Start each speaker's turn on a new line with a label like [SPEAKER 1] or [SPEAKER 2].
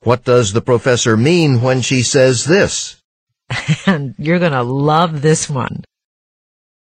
[SPEAKER 1] What does the professor mean when she says this?
[SPEAKER 2] and you're going to love this one.